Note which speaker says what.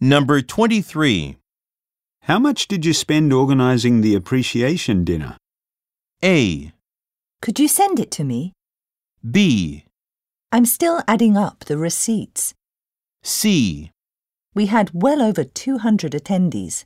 Speaker 1: Number 23.
Speaker 2: How much did you spend organizing the appreciation dinner?
Speaker 1: A.
Speaker 3: Could you send it to me?
Speaker 1: B.
Speaker 3: I'm still adding up the receipts.
Speaker 1: C.
Speaker 3: We had well over 200 attendees.